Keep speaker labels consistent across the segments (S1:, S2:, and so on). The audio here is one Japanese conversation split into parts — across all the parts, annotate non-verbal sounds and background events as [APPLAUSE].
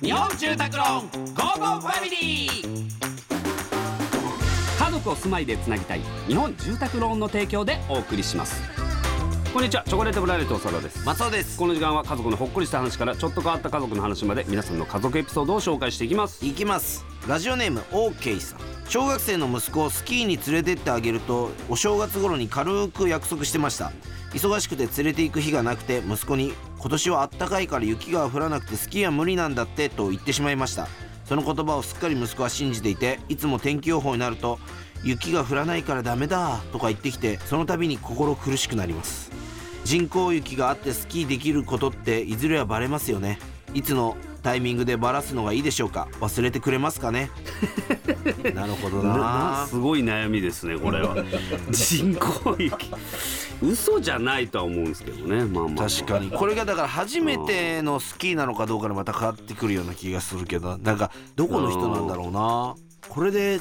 S1: 日本住宅ローンゴーゴーファミリー家族を住まいでつなぎたい日本住宅ローンの提供でお送りしますこんにちはチョコレートプラネット長田です
S2: 松尾です
S1: この時間は家族のほっこりした話からちょっと変わった家族の話まで皆さんの家族エピソードを紹介していきます
S2: いきますラジオネーム OK さん小学生の息子をスキーに連れてってあげるとお正月頃に軽く約束してました忙しくて連れて行く日がなくて息子に「今年はあったかいから雪が降らなくてスキーは無理なんだって」と言ってしまいましたその言葉をすっかり息子は信じていていつも天気予報になると「雪が降らないからダメだ」とか言ってきてその度に心苦しくなります人工雪があってスキーできることっていずれはバレますよねいつのタイミングでバラすのがいいでしょうか忘れてくれます
S1: [LAUGHS]
S2: かねなるほど
S1: な
S2: な
S1: すごい悩みですねこ
S2: [LAUGHS]
S1: れは人工雪嘘じゃないとは思うんですけどねまあまあ、まあ、
S2: 確かにこれがだから初めてのスキーなのかどうかでまた変わってくるような気がするけどなんかどこの人なんだろうなこれで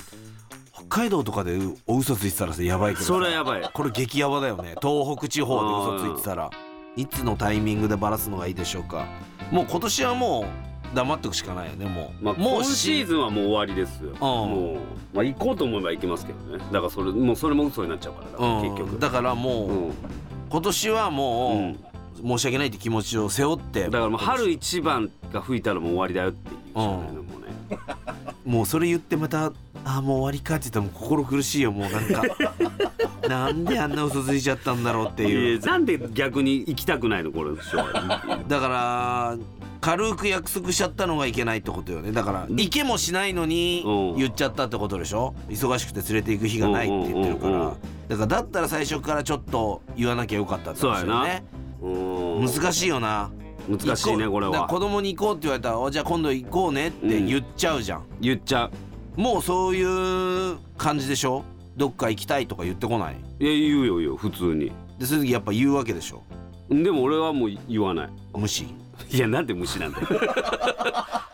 S2: 北海道とかでお嘘ついてたらさやばいけどさ
S1: それやばい
S2: これ激ヤバだよね東北地方で嘘ついてたらいつのタイミングでバラすのがいいでしょうかもう今年はもう黙っとくしかないよねもう、
S1: まあ、
S2: もう
S1: 今シーズンはもう終わりですよ、もう、まあ、行こうと思えば行けますけどねだからそれもうそれも嘘になっちゃうからだから
S2: うん
S1: 結局
S2: だからもう、
S1: うん
S2: 今年はもう、
S1: うん
S2: 申し訳ないって気持ちを背負って
S1: だからもう春一番が吹いたらもう終わりだよっていうしかないのもうね
S2: もうそれ言ってまた「あーもう終わりか」って言ったらもう心苦しいよもう
S1: [LAUGHS]
S2: なんかなんであんな嘘ついちゃったんだろうって
S1: い
S2: いう
S1: やなんで逆に行きたくないのこれしょうがない
S2: だから軽く約束しちゃったのがいけないってことよねだから行けもしないのに
S1: うん
S2: 言っちゃったってことでしょ忙しくて連れて行く日がないって言ってるか
S1: うんうんうんう
S2: らだからだったら最初からちょっと言わなきゃよかったってことですよね
S1: うん
S2: 難しいよな
S1: 難しいね
S2: 行う
S1: これ
S2: だから
S1: は
S2: 子供に行こうって言われたらお「じゃあ今度行こうね」って言っちゃうじゃん
S1: 言っちゃ
S2: もうそういう感じでしょどっか行きたいとか言ってこないう
S1: いや言うよ言うよ普通に
S2: でそういう時やっぱ言うわけでしょ
S1: でも俺はもう言わない
S2: 無視
S1: いやなんで無視なんだ
S2: [LAUGHS]
S1: よ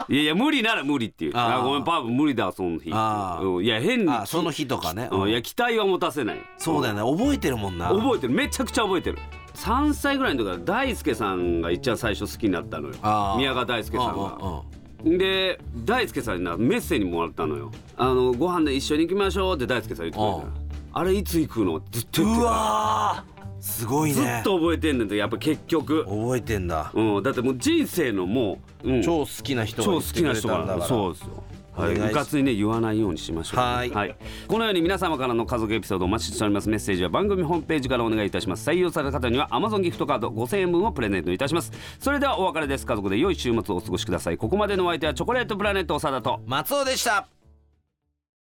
S1: いやいや無理なら無理っていう
S2: あー
S1: あごめんパパ無理だその日
S2: あー
S1: うんいや変に
S2: あその日とかね、
S1: うんい
S2: うん
S1: や期待は持たせない
S2: そうだよね覚えてるもんな
S1: 覚えてるめちゃくちゃ覚えてる3歳ぐらいの時から大輔さんが一番最初好きになったのよ
S2: あー
S1: 宮川大輔さん
S2: うん
S1: が
S2: うんうん
S1: で大輔さんになメッセージもらったのよ「あのご飯で一緒に行きましょう」って大輔さん言ってくれたのあれいつ行くのずっと言って
S2: う
S1: た
S2: わーすごいね
S1: ずっと覚えてんねんてやっぱ結局、
S2: 覚えてんだ、
S1: うん、だってもう人生のもう、うん、
S2: 超好きな人が
S1: 超
S2: 言
S1: 好
S2: って
S1: き
S2: く
S1: な
S2: れ
S1: 人
S2: たんだ
S1: が
S2: から
S1: そうですよは
S2: お
S1: い、
S2: 願いし
S1: うかつにね言わないようにしましょうね、
S2: はい
S1: このように皆様からの家族エピソードお待ちしておりますメッセージは番組ホームページからお願いいたします採用された方には Amazon ギフトカード5000円分をプレゼントいたしますそれではお別れです家族で良い週末をお過ごしくださいここまでのお相手はチョコレートプラネット長田と
S2: 松尾でした